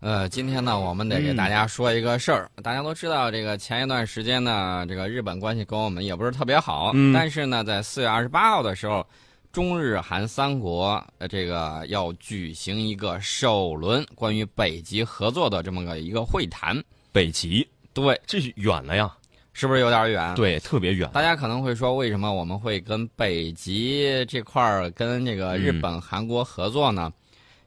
呃，今天呢，我们得给大家说一个事儿。大家都知道，这个前一段时间呢，这个日本关系跟我们也不是特别好。嗯但是呢，在四月二十八号的时候，中日韩三国呃这个要举行一个首轮关于北极合作的这么个一个会谈。北极，对，这是远了呀，是不是有点远？。对，特别远。啊大家可能会说，为什么我们会跟北极这块儿跟这个日本、韩国合作呢？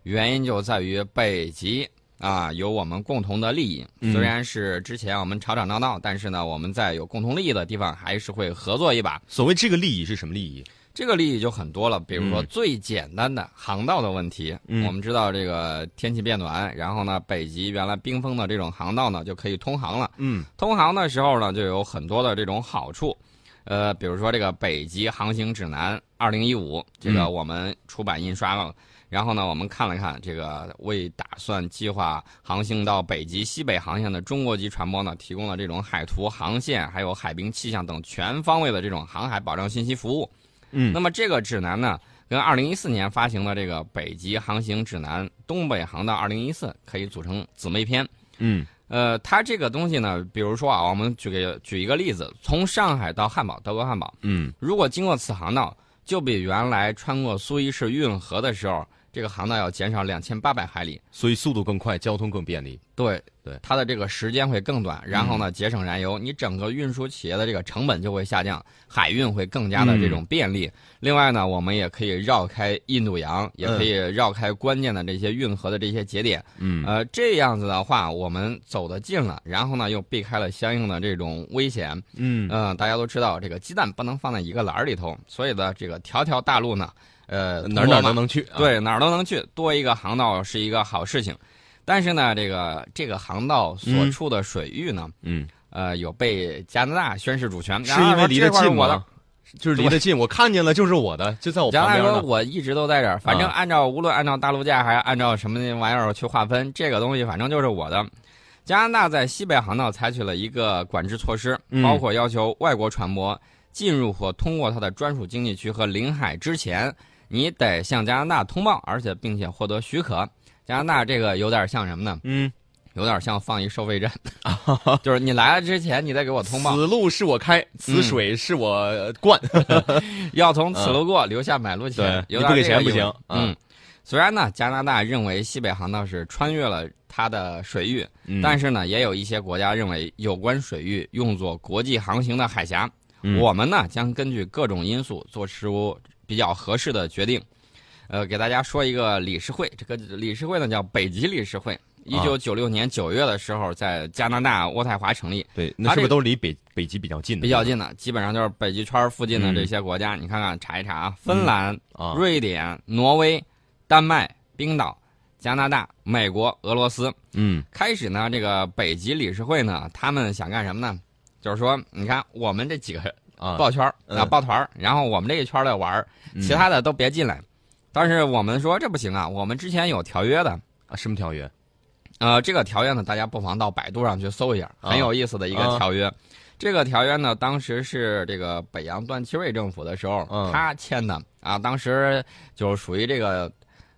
原因就在于北极啊有我们共同的利益，嗯虽然是之前我们吵吵闹闹，但是呢，我们在有共同利益的地方还是会合作一把。所谓这个利益是什么利益？这个利益就很多了，比如说嗯最简单的航道的问题，嗯我们知道这个天气变暖，然后呢，北极原来冰封的这种航道呢就可以通航了。嗯通航的时候呢，就有很多的这种好处，呃，比如说这个《北极航行指南二零一五》，这个嗯我们出版印刷了。然后呢，我们看了看这个为打算计划航行到北极西北航线的中国籍船舶呢，提供了这种海图、航线、还有海冰气象等全方位的这种航海保障信息服务。嗯那么这个指南呢，跟二零一四年发行的这个《北极航行指南东北航道二零一四》可以组成姊妹篇。嗯呃，它这个东西呢，比如说啊，我们举个举一个例子，从上海到汉堡，德国汉堡，嗯，如果经过此航道，就比原来穿过苏伊士运河的时候，这个航道要减少两千八百海里。所以速度更快，交通更便利。对对嗯它的这个时间会更短，然后呢，节省燃油，你整个运输企业的这个成本就会下降，海运会更加的嗯这种便利。另外呢，我们也可以绕开印度洋，也可以绕开关键的这些运河的这些节点，嗯呃，这样子的话，我们走得近了，然后呢又避开了相应的这种危险。嗯嗯、大家都知道这个鸡蛋不能放在一个篮儿里头，所以呢，这个条条大路呢，呃，哪儿哪通罗儿都马能去。啊，对哪儿都能去，多一个航道是一个好事情。但是呢，这个这个航道所嗯处的水域呢，嗯，呃，有被加拿大宣示主权，是因为离得然后这块儿近是我的吗？就是离得近，我看见了就是我的，就在我原旁来边说呢。嗯我一直都在这儿，反正啊按照无论按照大陆架还是按照什么那玩意儿去划分，这个东西反正就是我的。加拿大在西北航道采取了一个管制措施，嗯包括要求外国船舶进入或通过它的专属经济区和领海之前，你得向加拿大通报，而且并且获得许可。加拿大这个有点像什么呢？嗯，有点像放一收费站，啊就是你来了之前，你得给我通报，此路是我开，嗯此水是我灌。要从此路过，留下买路钱嗯对，，有你点不给这个钱不意味行。啊嗯，，虽然呢，加拿大认为西北航道是穿越了它的水域，嗯但是呢，也有一些国家认为有关水域用作国际航行的海峡。嗯我们呢，将根据各种因素做出比较合适的决定。呃，给大家说一个理事会，这个理事会呢叫北极理事会。啊一九九六年九月的时候，在加拿大渥太华成立，对，他那是这不个是都离北北极比较近的？比较近的基本上就是北极圈附近的嗯这些国家。你看看，查一查啊，芬兰、啊。瑞典、挪威、丹麦、冰岛、加拿大、美国、俄罗斯。嗯开始呢，这个北极理事会呢，他们想干什么呢？就是说，你看我们这几个啊，抱圈儿嗯啊，抱团儿，然后我们这一圈儿来玩儿，嗯其他的都别进来。但是我们说这不行啊，我们之前有条约的。啊什么条约？呃，这个条约呢，大家不妨到百度上去搜一下，很有意思的一个啊条约。这个条约呢，当时是这个北洋段祺瑞政府的时候，嗯他签的啊，当时就是属于这个，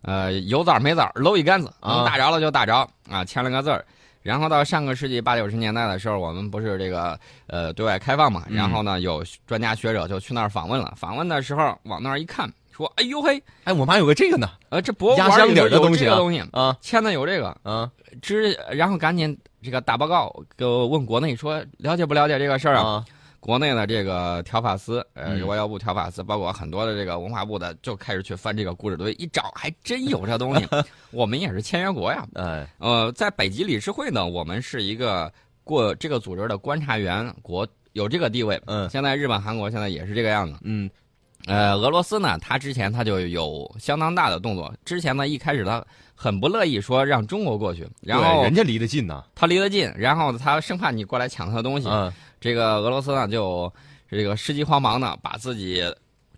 呃，有枣没枣搂一竿子，啊能打着了就打着啊，签了个字儿。然后到上个世纪八九十年代的时候，我们不是这个呃对外开放嘛，嗯然后呢，有专家学者就去那儿访问了。访问的时候往那儿一看，说：“哎呦嘿，哎，我妈有个这个呢。呃，这博物压馆箱里底头儿的有东这西个啊东西，啊签的有这个。”啊知，呃然后赶紧这个打报告，给我问国内说了解不了解这个事儿啊？啊！国内的这个条法司，呃，嗯外交部条法司，包括很多的这个文化部的，就开始去翻这个故事堆，一找还真有这东西。我们也是签约国呀，哎，呃，在北极理事会呢，我们是一个过这个组织的观察员国，有这个地位。嗯现在日本、韩国现在也是这个样子。嗯呃，俄罗斯呢，它之前它就有相当大的动作。之前呢，一开始它很不乐意说让中国过去，然对后人家离得近呢。他离得近，然后他生怕你过来抢他的东西。嗯这个俄罗斯呢，就这个世纪慌忙呢，把自己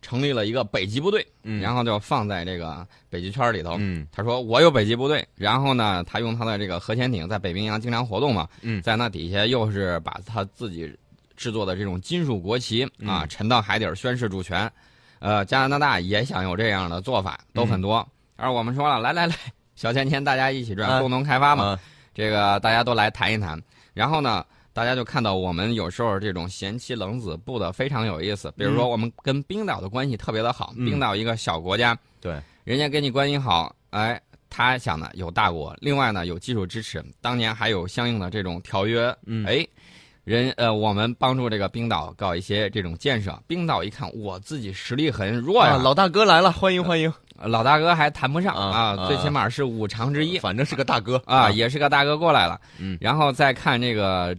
成立了一个北极部队，嗯，然后就放在这个北极圈里头。嗯他说：“我有北极部队。”然后呢，他用他的这个核潜艇在北冰洋经常活动嘛，嗯在那底下又是把他自己制作的这种金属国旗啊嗯沉到海底儿宣示主权。呃，加拿大也想有这样嗯的做法，都很多。而我们说了，来来来，小钱钱大家一起赚，啊共同开发嘛。啊这个大家都来谈一谈。然后呢，大家就看到我们有时候这种贤妻冷子布的非常有意思。比如说，我们跟冰岛的关系特别的好，嗯冰岛一个小国家，对，人家跟你关系好，哎，他想呢有大国，另外呢有技术支持，当年还有相应的这种条约，嗯哎。人呃，我们帮助这个冰岛搞一些这种建设。冰岛一看，我自己实力很弱呀啊，，老大哥来了，欢迎欢迎，老大哥还谈不上啊啊最起码是五常之一反正是个大哥啊，也是个大哥过来了。嗯然后再看这个，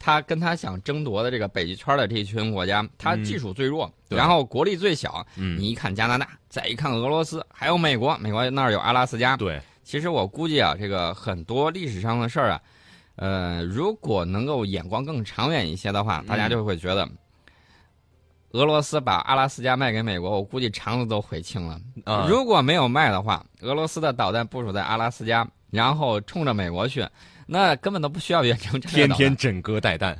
他跟他想争夺的这个北极圈的这一群国家，他嗯技术最弱，对然后国力最小。嗯，你一看加拿大，再一看俄罗斯，还有美国，美国那儿有阿拉斯加。对，其实我估计啊，这个很多历史上的事儿啊，呃，如果能够眼光更长远一些的嗯话，大家就会觉得。俄罗斯把阿拉斯加卖给美国，我估计肠子都悔青了。啊，如果没有卖的话，俄罗斯的导弹部署在阿拉斯加，然后冲着美国去，那根本都不需要远程战略 天导弹天枕戈待旦，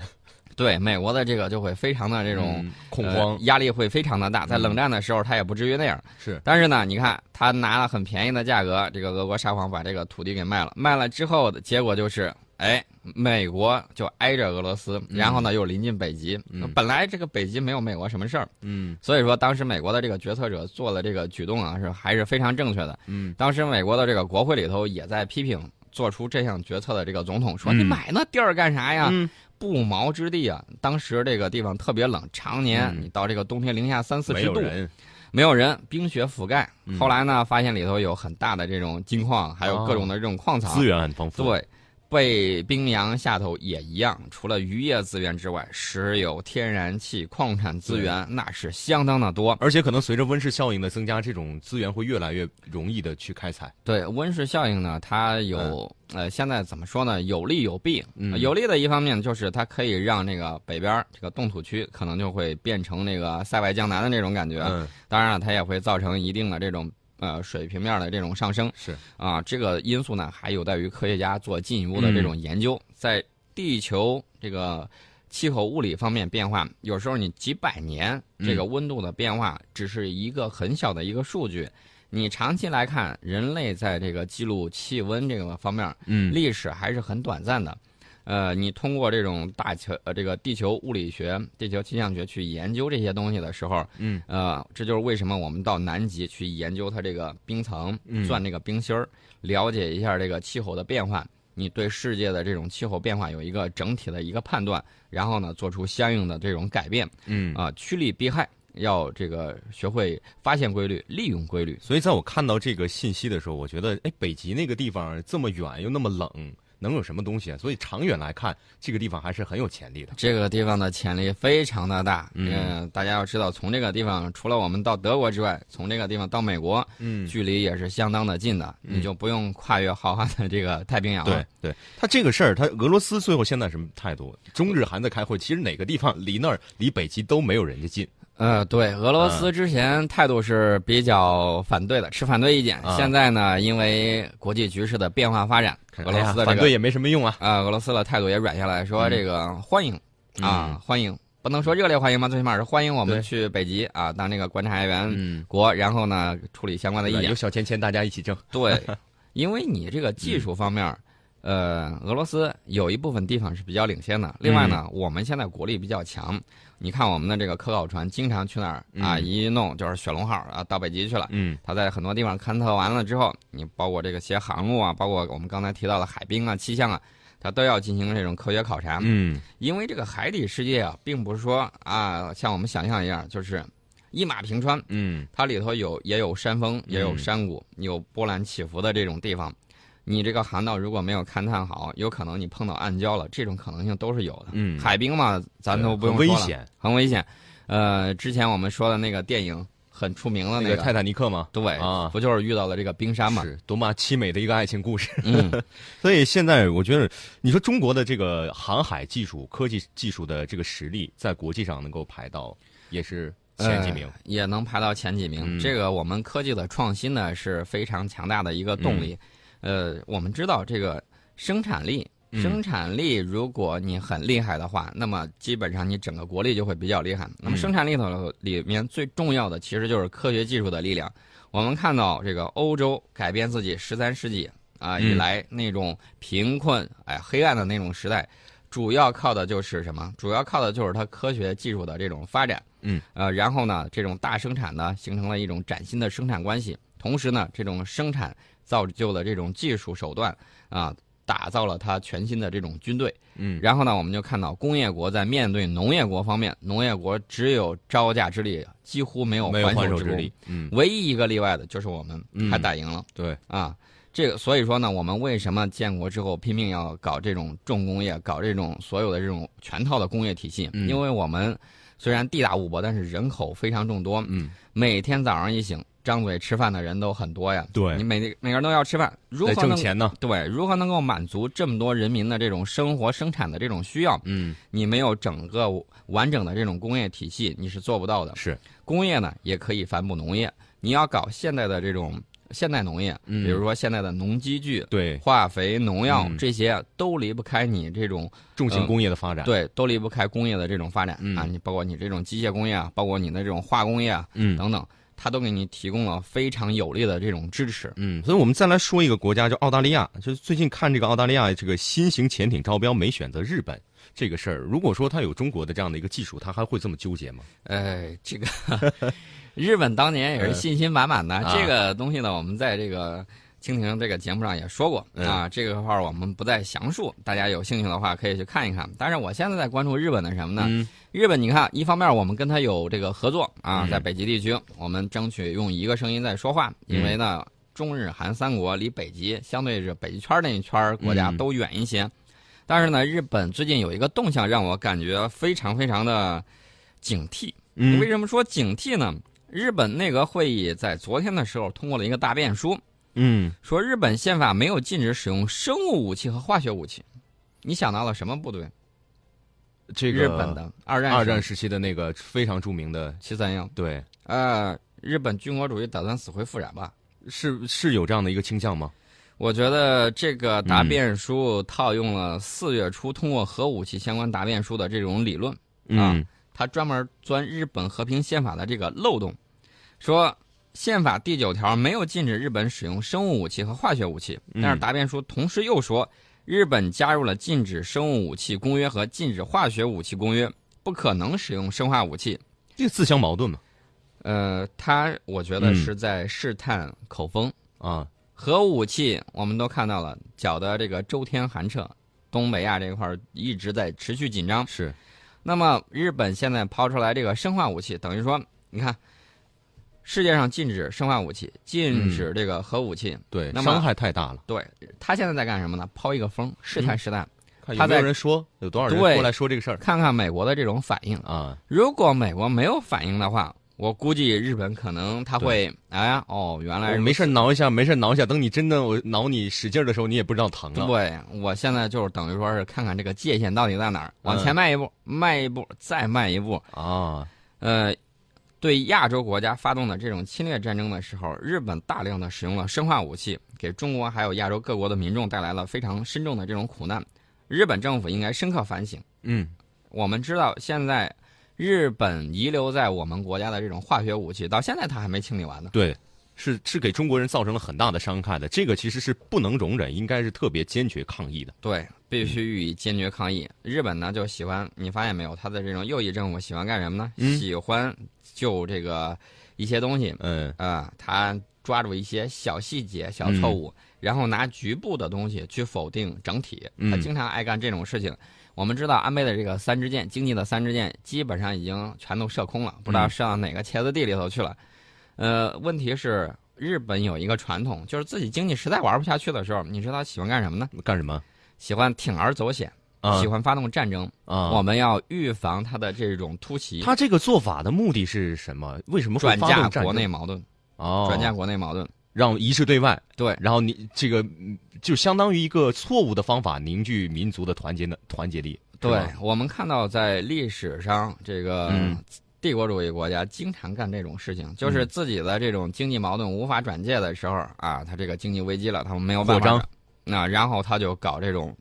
对美国的这个就会非常的这这种、嗯恐呃慌压力会非常的大。在嗯冷战的时候，他也不至于那样。是，但是呢，你看他拿了很便宜的价格，这个俄国沙皇把这个土地给卖了，卖了之后的结果就是，哎，美国就挨着俄罗斯，然后呢又临近北极。嗯本来这个北极没有美国什么事儿，嗯所以说当时美国的这个决策者做的这个举动啊，是还是非常正确的。嗯，当时美国的这个国会里头也在批评做出这项决策的这个总统，说嗯你买那地儿干啥呀？嗯不毛之地啊！当时这个地方特别冷，常年嗯你到这个冬天零下三四没十有度，人，没有人，冰雪覆盖。嗯后来呢，发现里头有很大的这种金矿，还有各种的这种矿藏哦资。源很丰富，啊对，北冰洋下头也一样，除了渔业资源之外，石油、天然气、矿产资源那是相当的多。而且可能随着温室效应的增加，这种资源会越来越容易的去开采。对温室效应呢，它有、呃，现在怎么说呢？有利有弊。呃嗯有利的一方面就是它可以让这个北边儿这个冻土区可能就会变成那个塞外江南的那种感觉。嗯，当然了，它也会造成一定的这种呃水平面的这种上升是，啊。这个因素呢，还有待于科学家做进一步的这种研究。在地球这个气候物理方面变化，有时候你几百年嗯这个温度的变化只是一个很小的一个数据。你长期来看，人类在这个记录气温这个方面，嗯，历史还是很短暂的。呃，你通过这种大球呃这个地球物理学、地球气象学去研究这些东西的时候，嗯，呃，这就是为什么我们到南极去研究它这个冰层嗯，钻这个冰芯儿，了解一下这个气候的变化。你对世界的这种气候变化有一个整体的一个判断，然后呢，做出相应的这种改变嗯，啊、趋利避害，要这个学会发现规律、利用规律。所以在我看到这个信息的时候，我觉得，哎，北极那个地方这么远又那么冷，能有什么东西啊？所以长远来看，这个地方还是很有潜力的。这个地方的潜力非常的大，嗯呃大家要知道，从这个地方除了我们到德国之外，从这个地方到美国，嗯，距离也是相当的近的，嗯你就不用跨越浩瀚的这个 太平洋了。对对，啊他这个事儿，他俄罗斯最后现在什么态度？中日韩在开会，其实哪个地方离那儿离北极都没有人家近。呃，对，俄罗斯之前态度是比较反对的，持反对意见。啊现在呢，因为国际局势的变化发展，俄罗斯的哎呀反这对个也没什么用啊。啊、俄罗斯的态度也软下来，说嗯这个欢迎啊，嗯欢迎，不能说热烈欢迎吧，最起码是欢迎我对们去北极啊，当这个观察员嗯，哎国，然后呢处理相关的意见有。小钱钱大家一起挣。对，因为你这个技术方面儿，呃，俄罗斯有一部分地方是比较领先的。另外嗯呢，我们现在国力比较强，你看我们的这个科考船经常去那儿啊，嗯一弄就是雪龙号啊，到北极去了。嗯它在很多地方勘测完了之后，你包括这个些航路啊，包括我们刚才提到的海冰啊、气象啊，它都要进行这种科学考察。嗯，因为这个海底世界啊，并不是说啊像我们想象一样，就是一马平川。嗯，它里头有也有山峰，也有山谷，有波澜起伏的这种地方。你这个航道如果没有勘探好，有可能你碰到暗礁了，这种可能性都是有的。嗯海冰嘛，咱都不用很说了危，险。很危险。呃，之前我们说的那个电影很出名的那那个泰坦尼克吗？对，啊不就是遇到了这个冰山嘛？是多么凄美的一个爱情故 事。嗯，所以现在我觉得，你说中国的这个航海技术、科技技术的这个实力，在国际上能够排到也是前几名呃。也能排到前几名。嗯这个我们科技的创新呢是非常强大的一个动力。呃，我们知道这个生产力，嗯生产力如果你很厉害的话，那么基本上你整个国力就会比较厉害。那么嗯生产力头里面最重要的其实就是科学技术的力量。我们看到这个欧洲改变自己十三世纪啊嗯以来那种贫困、哎黑暗的那种时代，主要靠的就是什么？主要靠的就是它科学技术的这种发展。嗯，呃，然后呢，这种大生产呢，形成了一种崭新的生产关系，同时呢，这种生产造就了这种技术手段啊。打造了它全新的这种军队，嗯然后呢，我们就看到工业国在面对农业国方面，农业国只有招架之力，几乎没有没有还之手哎之功力。嗯，唯一一个例外的就是我们嗯还打赢了、对，啊。这个所以说呢，我们为什么建国之后拼命要搞这种重工业，搞这种所有的这种全套的工业体系？嗯因为我们虽然地大物博，但是人口非常众多，嗯，每天早上一醒，张嘴吃饭的人都很多呀。对你每每个人都要吃饭，如在何挣能钱呢。对如何能够满足这么多人民的这种生活生产的这种需要？嗯，你没有整个完整的这种工业体系，你是做不到的。是，工业呢也可以反哺农业，你要搞现代的这种现代农业，嗯比如说现代的农机具、对，化肥、农药、嗯这些都离不开你这种重型呃工业的发展。，对，都离不开工业的这种发展、嗯啊，你包括你这种机械工业啊，包括你的这种化工业啊嗯等等，它都给你提供了非常有力的这种支持。嗯，所以我们再来说一个国家，就澳大利亚。就是最近看这个澳大利亚这个新型潜艇招标没选择日本这个事儿，如果说它有中国的这样的一个技术，它还会这么纠结吗？呃，这个 日本当年也是信心满满的。啊这个东西呢，我们在这个蜻蜓这个节目上也说过、嗯啊，这个话我们不再详述，大家有兴趣的话可以去看一看。但是我现在在关注日本的什么呢？嗯日本，你看，一方面我们跟他有这个合作啊，嗯在北极地区，我们争取用一个声音在说话，因为呢，嗯中日韩三国离北极相对是北极圈那一圈儿国家嗯都远一些。但是呢，日本最近有一个动向让我感觉非常非常的警惕。嗯为什么说警惕呢？日本内阁会议在昨天的时候通过了一个大变书，嗯，说日本宪法没有禁止使用生物武器和化学武器。你想到了什么部队？这个日本的二战二战时期的那个非常著名的，七三幺。对，呃，日本军国主义打算死灰复燃吧？是是有这样的一个倾向吗？我觉得这个嗯答辩书套用了四月初通过核武器相关答辩书的这种理论，啊，它专门钻日本和平宪法的这个漏洞，说宪法第九条没有禁止日本使用生物武器和化学武器，嗯但是答辩书同时又说，日本加入了禁止生物武器公约和禁止化学武器公约，不可能使用生化武器。这自相矛盾嘛。呃，他我觉得嗯是在试探口风。啊，核武器我们都看到了，搅得这个周天寒彻，东北亚这一块儿一直在持续紧张。是，那么日本现在抛出来这个生化武器，等于说，你看，世界上禁止生化武器，禁止这个核武器，对，那么伤害太大了。对他现在在干什么呢？抛一个风，试探试探，看有他没有在人说，有多少人对过来说这个事儿看看美国的这种反应。啊？如果美国没有反应的话，我估计日本可能他会，哎呀，哦，原来我如此没事儿挠一下，没事儿挠一下。等你真的我挠你使劲儿的时候，你也不知道疼了。对，我现在就是等于说是看看这个界限到底在哪儿，往嗯前迈一步，迈一步，再迈一步。啊，呃，对亚洲国家发动的这种侵略战争的时候，日本大量的使用了生化武器，给中国还有亚洲各国的民众带来了非常深重的这种苦难。日本政府应该深刻反省。嗯，我们知道现在日本遗留在我们国家的这种化学武器，到现在它还没清理完呢。对，是是给中国人造成了很大的伤害的。这个其实是不能容忍，应该是特别坚决抗议的。对，必须予以坚决抗议。日本呢就喜欢，你发现没有，他的这种右翼政府喜欢干什么呢？嗯喜欢就这个一些东西嗯啊、他抓住一些小细节、小错误，嗯然后拿局部的东西去否定整体。他嗯经常爱干这种事情。我们知道安倍的这个三支箭，经济的三支箭基本上已经全都射空了，不知道嗯射到哪个茄子地里头去了。呃，问题是日本有一个传统，就是自己经济实在玩不下去的时候，你知道他喜欢干什么呢？干什么喜欢铤而走险，啊喜欢发动战争。我啊？们要预防他的这种突袭，他这个做法的目的是什么？为什么会转发动嫁战国争内矛盾，哦，转嫁国内矛盾。让一致对外，对然后你这个嗯就相当于一个错误的方法凝聚民族的团结的团结力。是对吧，我们看到在历史上这个嗯帝国主义国家经常干这种事情，就是自己的这种经济矛盾无法转介的时候啊，他这个经济危机了，他们没有办扩张法，那然后他就搞这种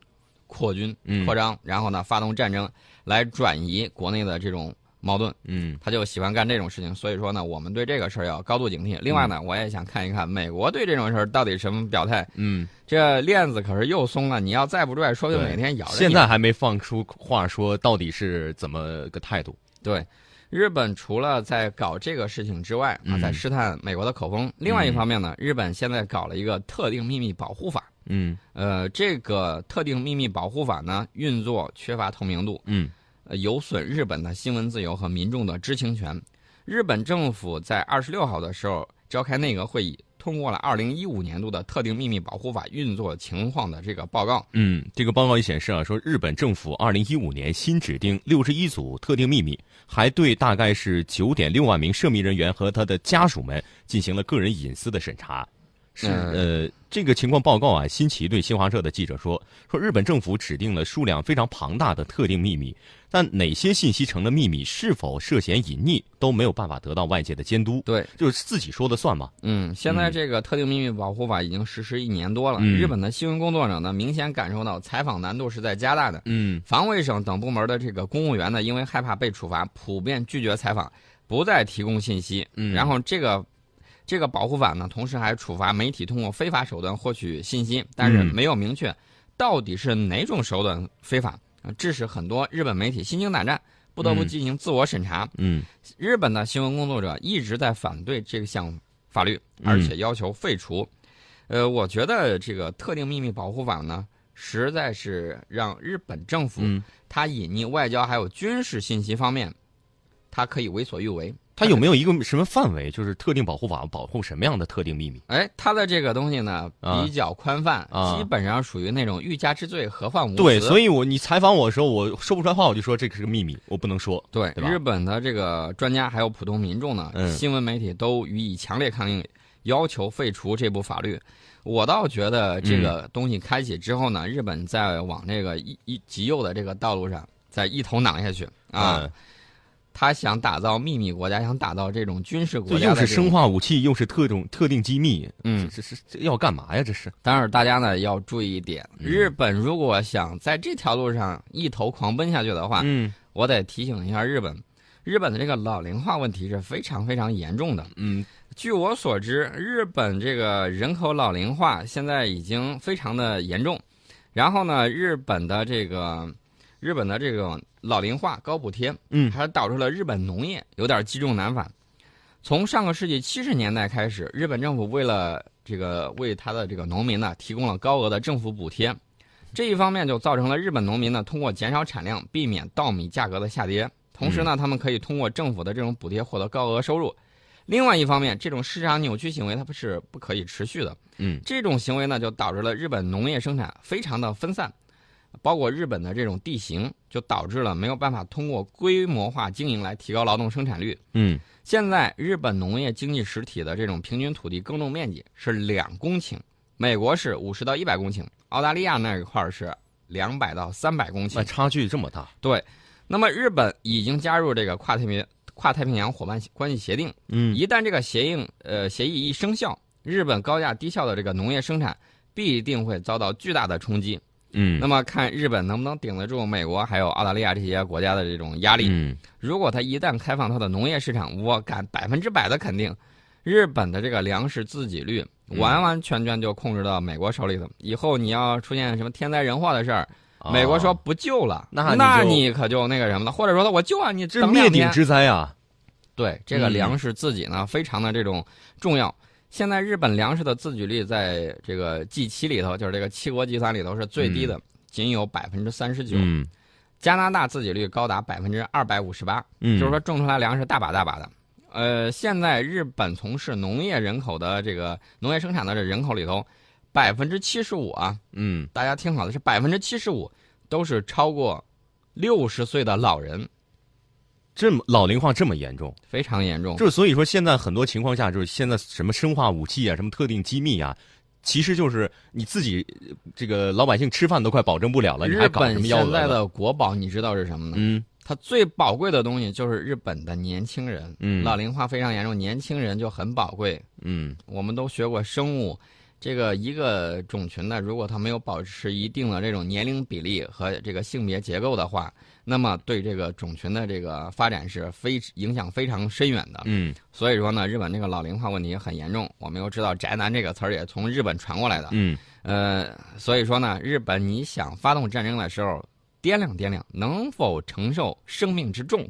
扩军嗯扩张，然后呢发动战争来转移国内的这种矛盾。嗯他就喜欢干这种事情，所以说呢，我们对这个事儿要高度警惕。另外呢，我也想看一看美国对这种事儿到底什么表态。嗯，这链子可是又松了，你要再不拽，说不定对哪天咬着你。现在还没放出话说到底是怎么个态度。对，日本除了在搞这个事情之外啊，嗯在试探美国的口风。另外一方面呢，日本现在搞了一个特定秘密保护法。嗯呃，这个特定秘密保护法呢，运作缺乏透明度，嗯呃有损日本的新闻自由和民众的知情权。日本政府在二十六号的时候召开内阁会议，通过了二零一五年度的特定秘密保护法运作情况的这个报告。嗯，这个报告也显示啊，说日本政府二零一五年新指定六十一组特定秘密，还对大概是九点六万名涉密人员和他的家属们进行了个人隐私的审查。是嗯呃，这个情况报告啊，新奇对新华社的记者说，说日本政府指定了数量非常庞大的特定秘密，但哪些信息成了秘密，是否涉嫌隐匿，都没有办法得到外界的监督，对，就是自己说的算嘛。嗯，现在嗯这个特定秘密保护法已经实施一年多了。嗯日本的新闻工作者呢，明显感受到采访难度是在加大的。嗯防卫省等部门的这个公务员呢，因为害怕被处罚，普遍拒绝采访，不再提供信息。嗯然后这个这个保护法呢，同时还处罚媒体通过非法手段获取信息，但是嗯没有明确到底是哪种手段非法，呃致使很多日本媒体心惊胆战，不得不嗯进行自我审查。嗯日本的新闻工作者一直在反对这项法律，嗯而且要求废除。呃，我觉得这个特定秘密保护法呢，实在是让日本政府嗯，它隐匿外交还有军事信息方面，它可以为所欲为。它有没有一个什么范围，就是特定保护法保护什么样的特定秘密？哎，它的这个东西呢啊比较宽泛，啊基本上属于那种欲加之罪，何患无辞。对，以所以我你采访我的时候，我说不出来话，我就说这个是个秘密，我不能说。对对吧日本的这个专家还有普通民众呢，嗯新闻媒体都予以强烈抗议，要求废除这部法律。我倒觉得嗯这个东西开启之后呢，日本在往这个一一极右的这个道路上再一头攮下去啊。嗯他想打造秘密国家，想打造这种军事这国家又的是这生种化武器，又是特种特定机密，嗯，这是这要干嘛呀？这是，当然，大家呢要注意一点，嗯日本如果想在这条路上一头狂奔下去的话，嗯我得提醒一下日本，日本的这个老龄化问题是非常非常严重的。嗯据我所知，日本这个人口老龄化现在已经非常的严重，然后呢，日本的这个日本的这个老龄化高补贴，嗯还导致了日本农业有点积重难返。从上个世纪七十年代开始，日本政府为了这个为他的这个农民呢提供了高额的政府补贴，这一方面就造成了日本农民呢通过减少产量避免稻米价格的下跌，同时呢他们可以通过政府的这种补贴获得高额收入。另外一方面，这种市场扭曲行为它不是不可以持续的，嗯这种行为呢就导致了日本农业生产非常的分散，包括日本的这种地形，就导致了没有办法通过规模化经营来提高劳动生产率。嗯现在日本农业经济实体的这种平均土地耕种面积是两公顷，美国是五十到一百公顷，澳大利亚那一块儿是两百到三百公那顷。差距这么大，那么日本已经加入这个跨太平跨太平洋伙伴关系协定，嗯一旦这个协应呃协议一生效，日本高价低效的这个农业生产必定会遭到巨大的冲击。嗯那么看日本能不能顶得住美国还有澳大利亚这些国家的这种压力。嗯如果它一旦开放它的农业市场，我敢百分之百的肯定，日本的这个粮食自给率嗯完完全全就控制到美国手里头。以后你要出现什么天灾人祸的事儿，美国说啊不救了，那你那就你可就那个什么了，或者说我救啊，你这是等灭两顶天之灾啊，对，这个嗯粮食自己呢，非常的这种重要。现在日本粮食的自给率在这个 G 七里头，就是这个七国集团里头是最低的，仅有百分之三十九。嗯加拿大自给率高达百分之二百五十八，就嗯，是说种出来粮食大把大把的。呃，现在日本从事农业人口的这个农业生产的这人口里头，百分之七十五啊，嗯大家听好了，是百分之七十五都是超过六十岁的老人，这么老龄化这么严重。非常严重。就是所以说，现在很多情况下，就是现在什么生化武器啊，什么特定机密啊，其实就是你自己呃这个老百姓吃饭都快保证不了了，你还日搞什本么幺现蛾在子？的国宝，你知道是什么呢？嗯它最宝贵的东西就是日本的年轻人，嗯老龄化非常严重，年轻人就很宝贵。嗯我们都学过生物，这个一个种群呢，如果它没有保持一定的这种年龄比例和这个性别结构的话，那么对这个种群的这个发展是非影响非常深远的。嗯所以说呢，日本这个老龄化问题很严重。我们又知道“宅男”这个词儿也从日本传过来的。嗯呃，所以说呢，日本你想发动战争的时候，掂量掂量能否承受生命之重。